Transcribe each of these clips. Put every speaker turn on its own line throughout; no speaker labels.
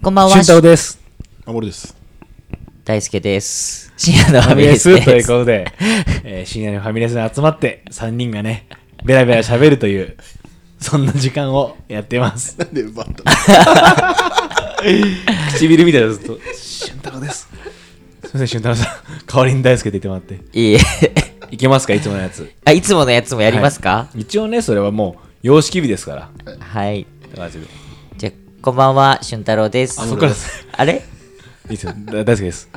こんばん
俊
は。
太郎です。
守です。
大輔です。深夜の
フ
ファ
ァミ
ミ
レ
レ
ス
ス
とい
で
う
す。
ことで、えー深夜のファミレスに集まって3人がね、ベラベラ喋るという、そんな時間をやってます。
なんで奪った
唇みたいなずっと、俊太郎です。すいません、俊太郎さん。代わりに大輔出てもらって。
いいえ。
いけますか、いつものやつ。
あ、いつものやつもやりますか
はい一応ね、それはもう、様式日ですから。
はい。
だからちょっと
じゃあ、こんばんは、俊太郎です。
あそっからです
あれ
いいですよ。だ大輔です。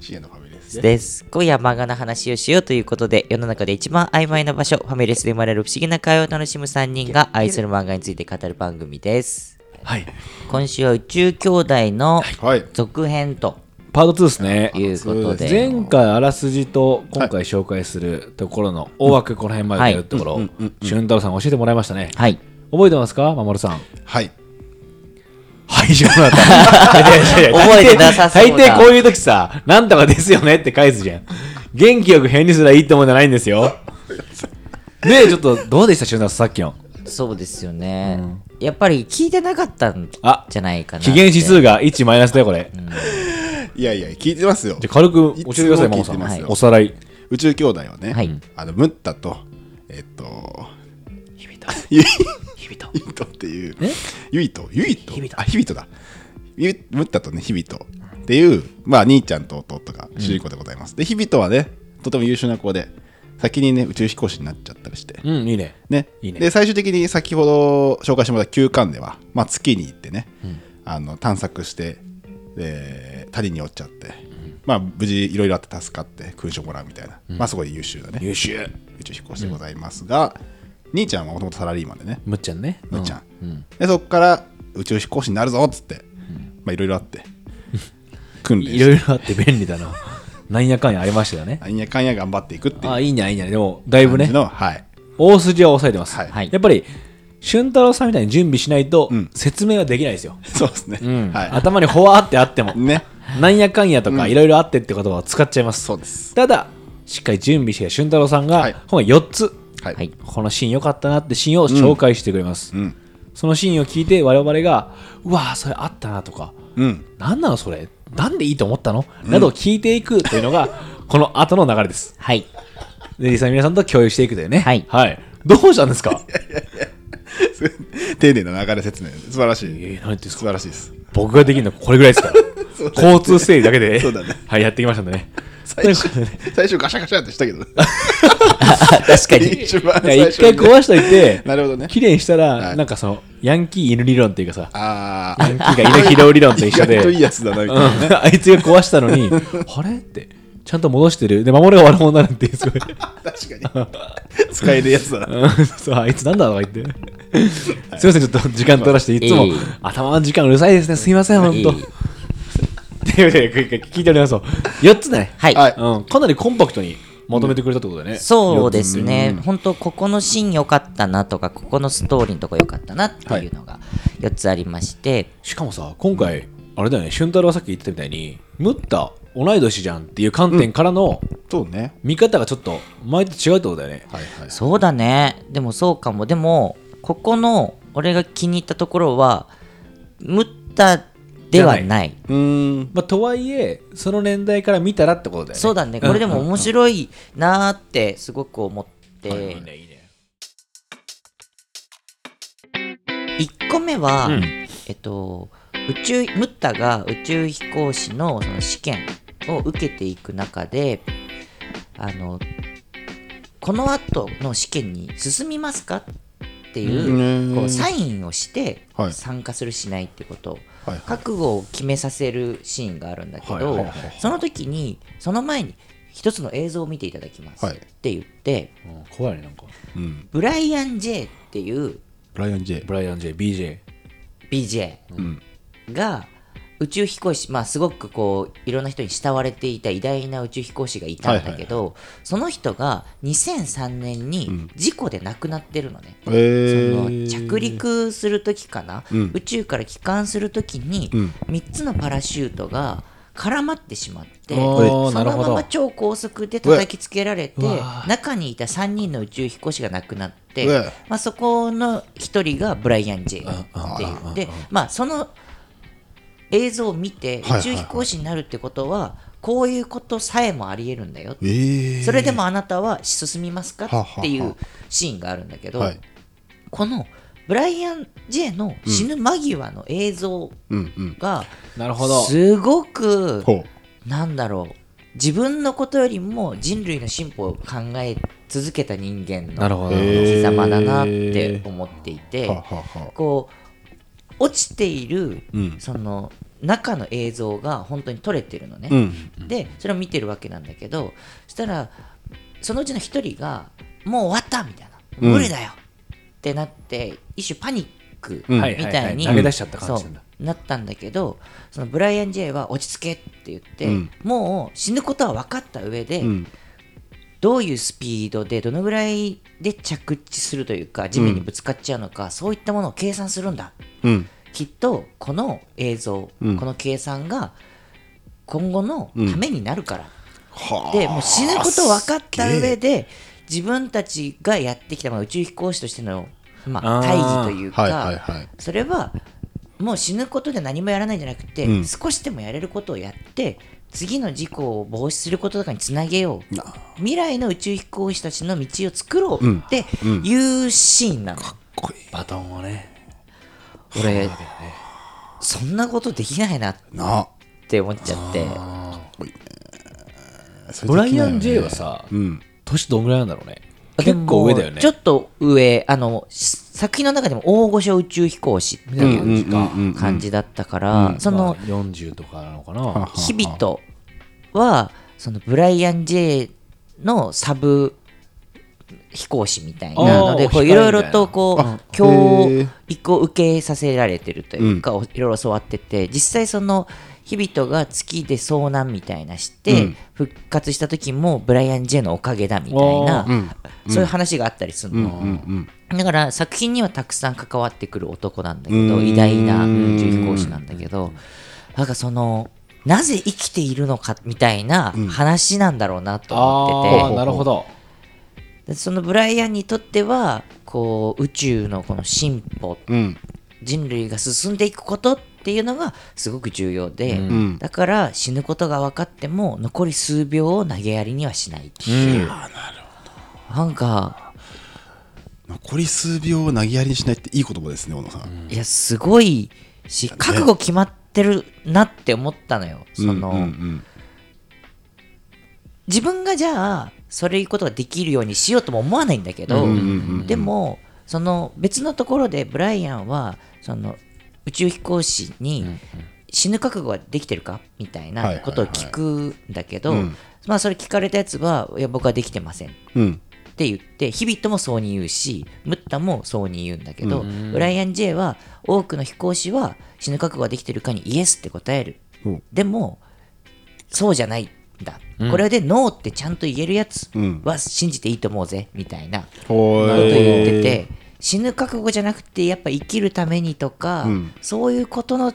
深夜のファミレスで。
です。今夜漫画の話をしようということで、世の中で一番曖昧な場所、ファミレスで生まれる不思議な会話を楽しむ3人が愛する漫画について語る番組です。
はい。
今週は宇宙兄弟の
はい。
続編と
パート2ですね。
いうことで、
前回あらすじと今回紹介するところの大枠この辺までやるところを俊太郎さん教えてもらいましたね
はい。
覚えてますか守さん
はい。
はいじゃなかったいやいやいや
覚えてなさそう
大
な
抵こういう時さなんとかですよねって返すじゃん元気よく返事すらいいってもんじゃないんですよでちょっとどうでした俊太郎さんさっきの
そうですよね、やっぱり聞いてなかったん
あ
じゃないかなって。
期限指数が1マイナスだよこれじ
いやいや、聞いてますよ
ゃあ。軽く教えてください
いつも聞
守
いて
さ
ますよ
んおさらい
宇宙兄弟はね、
はい
あの、ムッタと、えっと、ユイト。ユイトっていう、ユイト、ユイト、あ、ヒビトだ。ユムッタとね、ヒビトっていう、まあ、兄ちゃんと弟が主人公でございます。で、ヒビトはね、とても優秀な子で、先にね、宇宙飛行士になっちゃったりして、
うんいいね
ね
いいね
で最終的に先ほど紹介してもらった旧館では、まあ、月に行ってね、あの探索してで谷に落ちちゃって、まあ、無事いろいろあって助かって勲章もらうみたいな、まあすごい優秀なね
優秀
宇宙飛行士でございますが、兄ちゃんはもともとサラリーマンでね
むっちゃんね
むっちゃん、でそこから宇宙飛行士になるぞっつって、まあいろいろあって訓練
い
し
ろ
て
いろあって便利だな。 なんやかんやありましたよね。
なんやかんや頑張っていくっていう
あ、いいね、いいね。でも、だいぶ
感
ね
じ、の、はい
大筋は抑えてます。
はい
はい
やっぱり、俊太郎さんみたいに準備しないと、説明はできないですよ。
そうですね、は
頭にほわーってあっても
い、。ね
なんやかんやとか、いろいろあってって言葉を使っちゃいます。
そうです
ただ、しっかり準備して、俊太郎さん
は
が
い、
今回4つ、
はい、
はい。
このシーン良かったなってシーンを紹介してくれます。
うん
そのシーンを聞いて、我々が、うわー、それあったなとか、
うん
なんなのそれなんでいいと思ったの、などを聞いていくというの がこの後の流れです
はい。
で実際皆さんと共有していくというね
はい
どうしたんです か
丁寧な流れ説明素晴らし
え
い
ー何言ってんすか
素晴らしいです
僕ができるのはこれぐらいですから交通整理だけで
そうだね
はいやってきましたんでね
最初
というこ
最初ガ シャガシャってしたけど
あ確かに。
一
と
番
でい
最
や
初
一回
にね
壊しといて
なるほどね
きれいにしたら、
はい
なんかそのヤンキー犬理論っていうかさ
あ
ヤンキーが犬拾う理論と一緒
あ
で
といいやつだなみたいな
うんあいつが壊したの にあれってちゃんと戻してるで守るが悪者になるっていうすごい
確かに使えるやつだな
うん そうあいつなんだとか言って。すいません、ちょっと時間取らして、いつも
いい
頭の時間うるさいですね、すいません、本
いい
当。ということで、聞いておりますと。4つだね。
はい。
はい
うん、かなりコンパクトにまとめてくれたってことだよね。
そうですね、本当、ここのシーン良かったなとか、ここのストーリーのとこ良かったなっていうのが4つありまして、
しかもさ、今回、あれだよね、俊太郎がさっき言ってたみたいに、ムッタ、同い年じゃんっていう観点からの
そうね
見方がちょっと前と違うってことだよね。
はいはい
そうだね、でもそうかも、でも、ここの俺が気に入ったところは、ムッタではない、
じゃな
うーん
まあ、とはいえ、その年代から見たらってことだよね。
そうだね、これでも
うん
面白いなーってすごく思って、
うんいいね、いいね。
1個目は、
うん
えっと宇宙ムッタが宇宙飛行士のその試験を受けていく中であのこの後の試験に進みますかっていう,、
うん
こうサインをして
はい
参加するしないってこと、
はいはい
覚悟を決めさせるシーンがあるんだけど、
はいはいはいはい
その時にその前に一つの映像を見ていただきます
はい
って言って、
うん怖いね、なんか。
うん
ブライアン・ジェイっていう
ブライアン・ジェイ
ブライアン・ J、BJ。
BJ が宇宙飛行士、まあ、すごくこういろんな人に慕われていた偉大な宇宙飛行士がいたんだけど、その人が2003年に事故で亡くなってるのね。
え
その
ー
着陸する時かな、宇宙から帰還する時に3つのパラシュートが絡まってしまって、
あ
そ
ーなる
の
ほど
まま超高速で叩きつけられて
うわ
中にいた3人の宇宙飛行士が亡くなって
うわ、
まあ、そこの1人がブライアン・ジェイっていうで、まあ、その映像を見て
はいはいはい
宇宙飛行士になるってことはこういうことさえもありえるんだよ
えー、
それでもあなたは進みますか
はあはあ
っていうシーンがあるんだけど
はい
このブライアン・ジェイの死ぬ間際の映像
うんうん
が
なるほど。
すごく
ほ
なんだろう自分のことよりも人類の進歩を考え続けた人間
なるほ
の
ど。
生
え
き様だなって思っていうて
はあはあはあ
こう落ちている
うん
その中の映像が本当に撮れてるのね
う、ん
でそれを見てるわけなんだけどそしたらそのうちの一人が「もう終わった!」みたいな「
うん
無理だよ!」ってなって一種パニック
うん
はい
み
はいは
たい
い
に
投げ出しちゃった感じ
そ
なんだ。
うなったんだけどそのブライアン・ジェイは「落ち着け!」って言って、
うん
もう死ぬことは分かった上で、
うん
どういうスピードでどのぐらいで着地するというか地面にぶつかっちゃうのか、そういったものを計算するんだ
うん
きっとこの映像、
うん
この計算が今後のためになるから、
はあ
でもう死ぬこと分かった上で自分たちがやってきた、まあ、宇宙飛行士としての、まあ、
あー
大義というか、
はいはいはい
それはもう死ぬことで何もやらないんじゃなくて、
うん
少しでもやれることをやって次の事故を防止することとかにつなげよう
な
未来の宇宙飛行士たちの道を作ろうっていうシーンなの、
こい
バトンをね。
俺そんなことできないなっ
いな
て思っちゃって
ブライアン・ジェイはさ、
うん
年どんぐらいなんだろうね。
あで
結
も
構上だよね。
ちょっと上あのし作品の中でも大御所宇宙飛行士って
うん
いう
うんうんうん
感じだったから、そ
まあ
の
40とかなのか
は
な。
日々とはそのブライアン・ジェイのサブ飛行士みたいなの
あ
で
ー
こう
お
い
控えみたいな
ろいろとこ
あ
う教
へー
育を受けさせられてるというか、おいろいろ教わってて実際その日々とが月で遭難みたいなして、
うん
復活した時もブライアン・ジェイのおかげだみたいな、
あ
うん
そういう話があったりする
うん
の、
うんうん
だから作品にはたくさん関わってくる男なんだけ
う
ど
ーん
偉大な宇宙飛行士なんだけどなんかそのなぜ生きているのかみたいな話なんだろうなと思って
あ
て
あ、、なるほど。
でそのブライアンにとってはこう宇宙のこの進歩
うん
人類が進んでいくことっていうのがすごく重要で、
ん
だから死ぬことが分かっても残り数秒を投げやりにはしないっていう、なんか
残り数秒を投げやりにしないっていい言葉ですね小野さん
いやすごいし覚悟決まってるなって思ったのよその、
うんうん
自分がじゃあそういうことができるようにしようとも思わないんだけど、
うんうんうんうん
でもその別のところでブライアンはその宇宙飛行士に死ぬ覚悟はできてるかみたいなことを聞くんだけど、
はいはいはいうん
まあ、それ聞かれたやつはいや僕はできてませんっ
うん
て言ってヒビットもそうに言うしムッタもそうに言うんだけど、ブライアン・ジェイは多くの飛行士は死ぬ覚悟はできてるかにイエスって答える
うん
でもそうじゃないんだ、これでノーってちゃんと言えるやつは信じていいと思うぜみたいなこと
ほ
言って
ー
て、死ぬ覚悟じゃなくてやっぱ生きるためにとか、
うん
そういうことの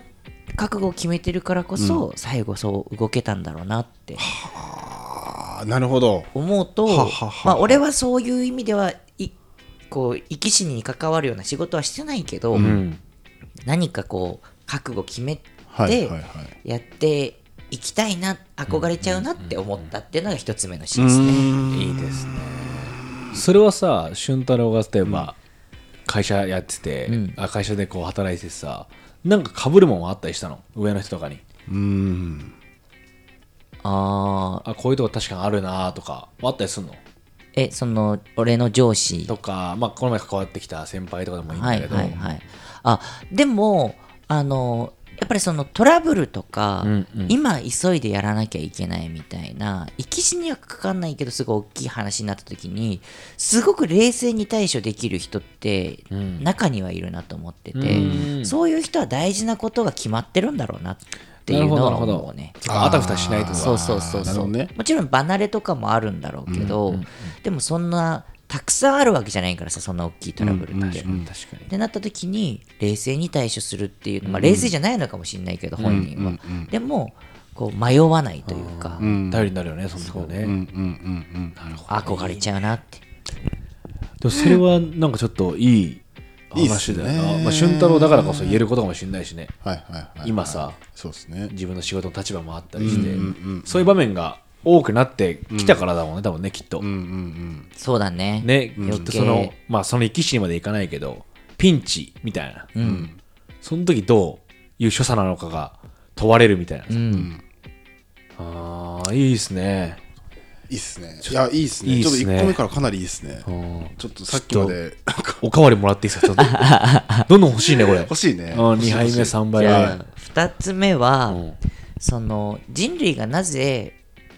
覚悟を決めてるからこそ、最後そう動けたんだろうなって
あーなるほど
思うと、
ははは
まあ、俺はそういう意味ではいこう生き死にに関わるような仕事はしてないけど、
うん。
何かこう覚悟決めて、
はいはいはい
やっていきたいな憧れちゃうなって思ったっていうのが一つ目のシーンですね、
い
いいですね。それはさ、俊太郎が例えば、会社やってて
うん、
あ会社でこう働いててさ、なんか被るもんはあったりしたの上の人とかに。
うん
ああ
あ、こういうとこ確かにあるなとか、あったりすんの
えその俺の上司
とか、まあ、この前関わってきた先輩とかでもいいん
は
だ
い
けど、
はいはいあでもあのやっぱりそのトラブルとか、
うんうん
今急いでやらなきゃいけないみたいな生き死にはかかんないけどすごい大きい話になった時にすごく冷静に対処できる人って
ん
中にはいるなと思ってて、
うん
そういう人は大事なことが決まってるんだろうなっていうの
なる
は
ほどなる
思
ほど
うね。
とかあたふたしないとか
そうそうそう
なる
そ
ほ
う、
どね
もちろん離れとかもあるんだろうけど、でもそんなたくさんあるわけじゃないからさそんな大きいトラブルって。
うん確かに
ってなった時に冷静に対処するっていう、まあ、冷静じゃないのかもしれないけど、本人は、でもこう迷わないというか、
うん
頼りになるよねその時はね、
うんうん
憧れちゃうなって
でもそれはなんかちょっといい
いいっす
話
ね
だよな、まあ、俊太郎だからこそ言えることかもしれないしね
はいはいはい
今さ
そうですね
自分の仕事の立場もあったりして、そういう場面が多くなってきたからだもんね、多分ねきっと、
うんうん
そうだね
ね
うん
よっ
余
て
計
そのまあその生き死にまでいかないけどピンチみたいな、その時どういう所作なのかが問われるみたいな、
うん
ああいいですね
いいっすねいやいいっす
いい
ね
っ
ちょっと
すね
1個目からかなりいいっすね
うん
ちょっとさっきまでなんか
おかわりもらっていいですかちょっとどんどん欲しいねこれ
欲しいね
うん2杯目3杯
じ
目
ゃあ2つ目は、
うん
その人類がなぜ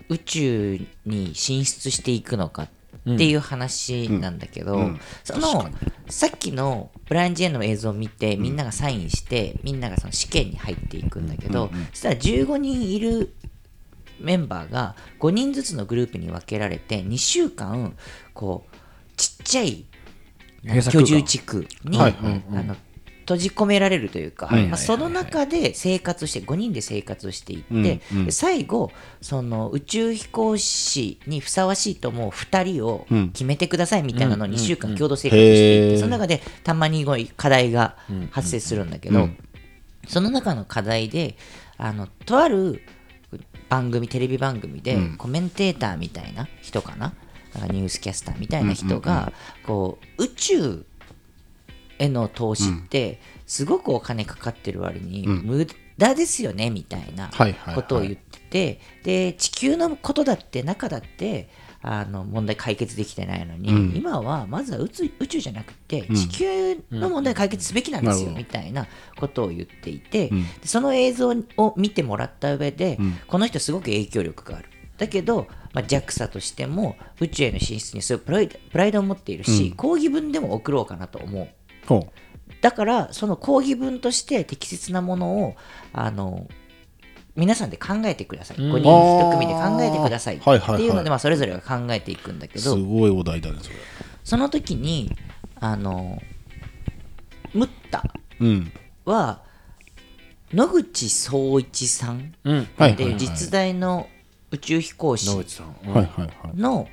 宇宙に進出していくのかっていう話なんだけど、
うんうん
そ
確
の
かに
さっきのブライアン・ジェーンの映像を見てみんながサインして、みんながその試験に入っていくんだけど、そしたら15人いるメンバーが5人ずつのグループに分けられて2週間こうちっちゃい
閉鎖
居
空間
住地区に、
はいはい
あの閉じ込められるというか、
いはいはい
まあ、その中で生活して5人で生活をしていって、
うんうん
で最後その宇宙飛行士にふさわしいと思う2人を
うん
決めてくださいみたいなのを2週間共同生活していって、
へー
その中でたまに課題が発生するんだけど、
うん
その中の課題であのとある番組テレビ番組で、コメンテーターみたいな人かななんかニュースキャスターみたいな人が、こう宇宙への投資ってすごくお金かかってる割に
うん
無駄ですよねみたいな
はいはいはい
ことを言っててで地球のことだって中だってあの問題解決できてないのに、
うん
今はまずは宇宙宇宙じゃなくて地球の問題解決すべきなんですよ、
うん
みたいなことを言っていて、
ん
でその映像を見てもらった上で、
ん
この人すごく影響力がある。だけど、まあ、JAXA としても宇宙への進出にすごいプライドプライドを持っているし、
うん
講義文でも送ろうかなと思う
ほ
だからその講義文として適切なものをあの皆さんで考えてください、
うん
5人1組で考えてくださいって
あーはいはいはい
いうのでまあそれぞれが考えていくんだけ
う
ど、
すごいお題だねそれ
その時にあのムッタ
うん
は野口聡一さん
うん
はい
っていう実在の宇宙飛行士
野口さん、うん
はいはいはい
の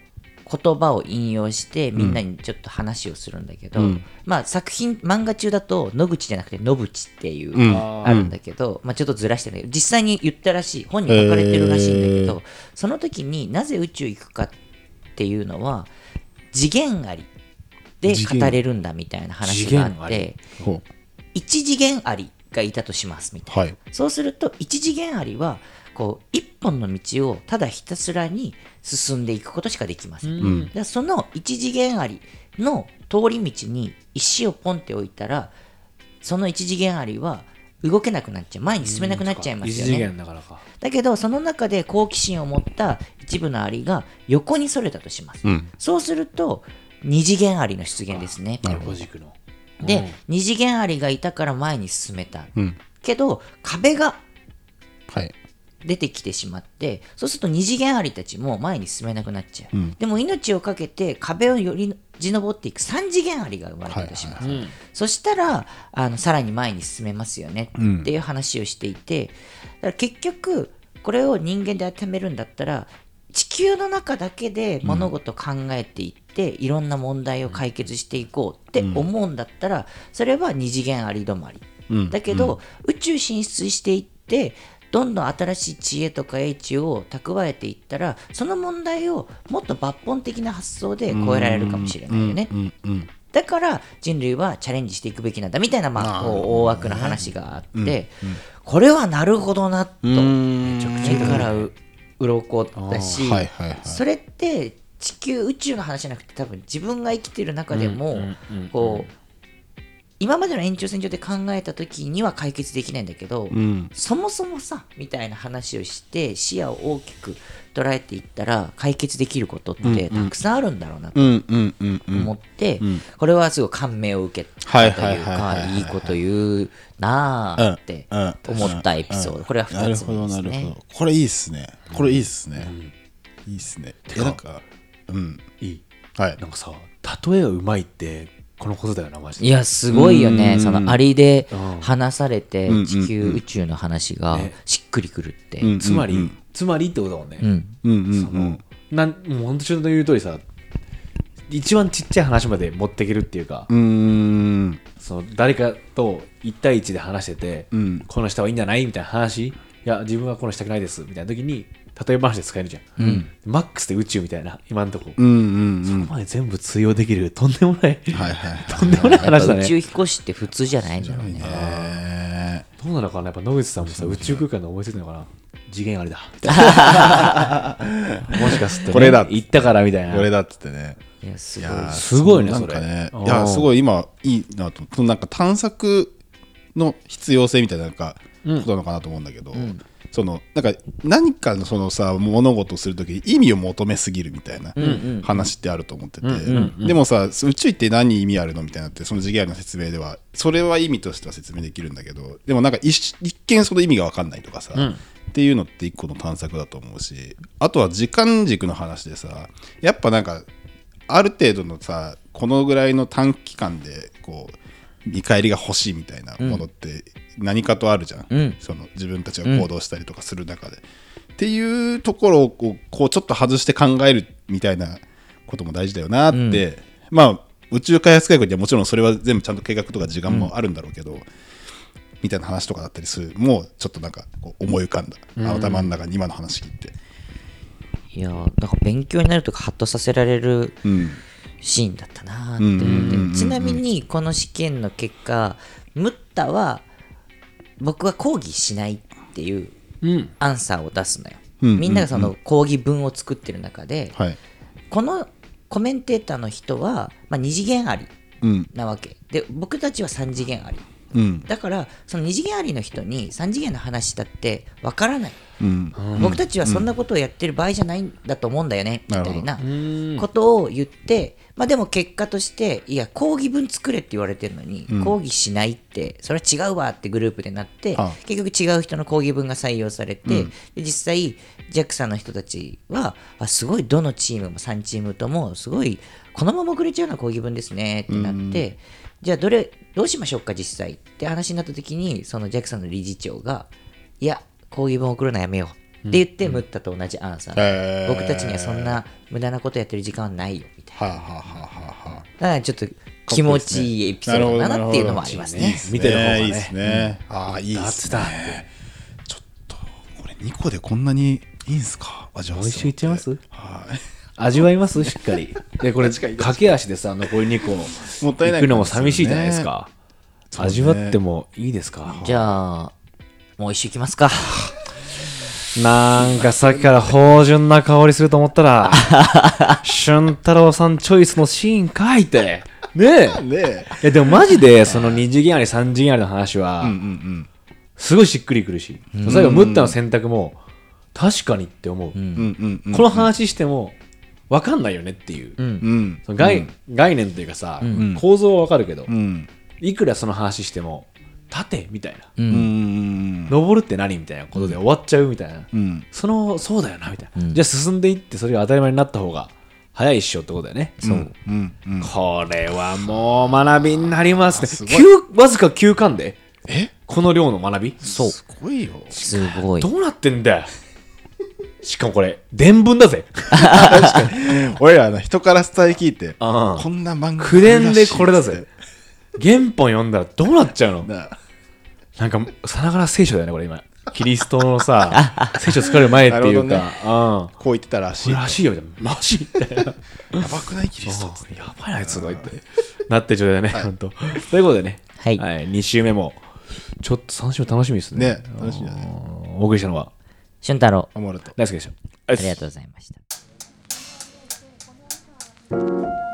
言葉を引用してみんなにちょっと話をするんだけど、
うん
まあ、作品漫画中だと野口じゃなくて野口っていう、
うん
あるんだけど、まあ、ちょっとずらしてるんだけど実際に言ったらしい本に書かれてるらしいんだけど、その時になぜ宇宙行くかっていうのは次元ありで
次元
語れるんだみたいな話があって
ほ
一次元ありがいたとしますみたいな。
うはい
そうすると一次元ありはこう一本の道をただひたすらに進んでいくことしかできません。
うん
だからその一次元ありの通り道に石をポンって置いたらその一次元ありは動けなくなっちゃう前に進めなくなっちゃいます
一
よ
次
ね
元だからか
だけどその中で好奇心を持った一部のアリが横にそれたとします、
うん
そうすると二次元アリの出現ですね
横軸の
で、二次元アリがいたから前に進めた、
うん
けど壁が
はい
出てきてしまってそうすると二次元アリたちも前に進めなくなっちゃう、
うん
でも命を懸けて壁をより地登っていく三次元アリが生まれたとします、
はい
はいはいうん
そしたらあのさらに前に進めますよね
うん
っていう話をしていて、だから結局これを人間で当てはめるんだったら地球の中だけで物事を考えていって、いろんな問題を解決していこうって思うんだったら、それは二次元あり止まり、
うん
だけど、宇宙進出していってどんどん新しい知恵とか英知を蓄えていったらその問題をもっと抜本的な発想で超えられるかもしれないよね、
うんうん
だから人類はチャレンジしていくべきなんだみたいな、まあ、こう大枠の話があって、これはなるほどなと
うん
めちゃくちゃ目からう鱗だし、
はいはいはい
それって地球宇宙の話じゃなくて多分自分が生きてる中でも、こう今までの延長線上で考えた時には解決できないんだけど、
うん
そもそもさみたいな話をして視野を大きく捉えていったら解決できることってたくさんあるんだろうなと
うんうんうんうん
思って、これはすごい感銘を受けた
はい
と
はいいうはいは
か
いはい
いいこと言うなあって
うんうん
思ったエピソードこれは
な
2
る
つ
ほ
目
ど
で
な
す
るほ
ね
どこれいいっすねこれいいっすね、いいっすねいやなんかうん
いい
はい
なんかさ例えがうまいってこのことだよなマジで
いやすごいよねそのアリで
うん
話されて
うん
地球宇宙の話が
ね
しっくりくるって
うん
つまり、
うん
つまりってことだもんね、
うん
うんうんう
その
ん
なんもう本当に言う通りさ一番ちっちゃい話まで持っていけるっていうか、
うーん
その誰かと1対1で話してて、
うん
この人はいいんじゃないみたいな話いや自分はこの人したくないですみたいな時に例え話で使えるじゃん、マックスで宇宙みたいな今のとこ、
うんうんうん
ここまで全部通用できるとんでもない
はいはい
とんでもない話だ
宇
ね
宙飛行士って普通じゃないんだろうね。
え
どうなのかなやっぱ野口さんもさ宇宙空間で思いついたのかな次元あれだ もしかすると、ね、
これだ
行ったからみたい
ー
な
これだっつってね
いや、すご
い
い。
やー
すごいね
なんかね
それ
いや
うん
すごい今いいなとそのなんか探索の必要性みたいななんかことなのかなと思うんだけど、そのなんか何かのそのさ物事をする時に意味を求めすぎるみたいな話ってあると思ってて、でもさ宇宙って何意味あるのみたいなってその次元の説明ではそれは意味としては説明できるんだけどでもなんか一一見その意味が分かんないとかさ、っていうのって一個の探索だと思うしあとは時間軸の話でさやっぱなんかある程度のさこのぐらいの短期間でこう見返りが欲しいみたいなものって何かとあるじゃん、
うん
その自分たちが行動したりとかする中で、っていうところをこうこうちょっと外して考えるみたいなことも大事だよなって、まあ宇宙開発計画にはもちろんそれは全部ちゃんと計画とか時間もあるんだろうけど、みたいな話とかだったりするもうちょっとなんかこう思い浮かんだ、頭の中に今の話聞いて。
いやーなんか勉強になるとか、ハッとさせられる
うん
シーンだったなーって思って、
うんうんうんうん
ちなみにこの試験の結果ムッタは僕は抗議しないっていう
うん
アンサーを出すのよ、
うんうんうん
みんながその抗議文を作ってる中で、
はい
このコメンテーターの人は、まあ、2次元あり
うん
なわけで僕たちは3次元あり
うん
だからその2次元ありの人に3次元の話だってわからない、
うん
僕たちはそんなことをやってる場合じゃないんだと思うんだよね、
なる
みた
ほど
いな
うん
ことを言って、まあ、でも結果としていや抗議文作れって言われてるのに、抗議しないってそれは違うわってグループでなって
あ
結局違う人の抗議文が採用されて、で実際 JAXA の人たちはあすごいどのチームも3チームともすごいこのまま遅れちゃうような抗議文ですねってなって、じゃあどれどうしましょうか実際って話になった時にその JAXA の理事長がいや抗議文送るのやめようって言って、ムッタと同じアンサー
へー
僕たちにはそんな無駄なことやってる時間はないよみたいな
はあ、はあはあはあはあ、
だからちょっと気持ちいいエピソードだなっていうのもあります
いい
ね
っす
見てる方がね
いいですね。ああ、いいっす
だっ
ね。ちょっと、これ2個でこんなにいいんすか味わわせて
もう一周いっちゃいます
はい。
味わいますしっか りでこれ駆け足でさ残り2個
もったいない
行くのも寂しいじゃないですか
うね
味わってもいいですか
じゃあもう一周いきますか
なんかさっきから芳醇な香りすると思った ら俊太郎さんチョイスのシーンかいってねえ
ね
いやでもマジでその2次元あり3次元ありの話は
うんうん
すごいしっくりくるし、最後ムッタの選択も確かにって思う、
うん。うんうんうん。
この話しても分かんないよねっていう、
うん。
その概概念というかさ、
ん
構造は分かるけど、
うん。
いくらその話しても立てみたいな、
うんうん。
登るって何みたいなことで終わっちゃうみたいな、
うん。
そのそうだよなみたいな、じゃあ進んでいってそれが当たり前になった方が早いっしょってことだよね、
そう。うんうん。
これはもう学びになりますね
すごい
9わずか9巻で
え
この量の学びそう
すごいよ。
すごい
どうなってんだよしかもこれ伝聞だぜ
俺らの人から伝え聞いて、
うん
こんな番組
9年で
らしいっつって
これだぜ。原本読んだらどうなっちゃうの
なあ
なんかさながら聖書だよねこれ今キリストの さ聖書作る前っていう
なる
か、うん
こう言ってたらし
こ
い。
れ
や
らしいよみたいなマジみたいな
ばくないキリスト。
そうやばいなあいつとか言ってなってる状態だね、本当ということでね、
はい
2週目もちょっと3週目楽しみですね
ね楽しみだね
うんお送りしたのは
俊太郎
守ると。
大好きでした
ありがとうございました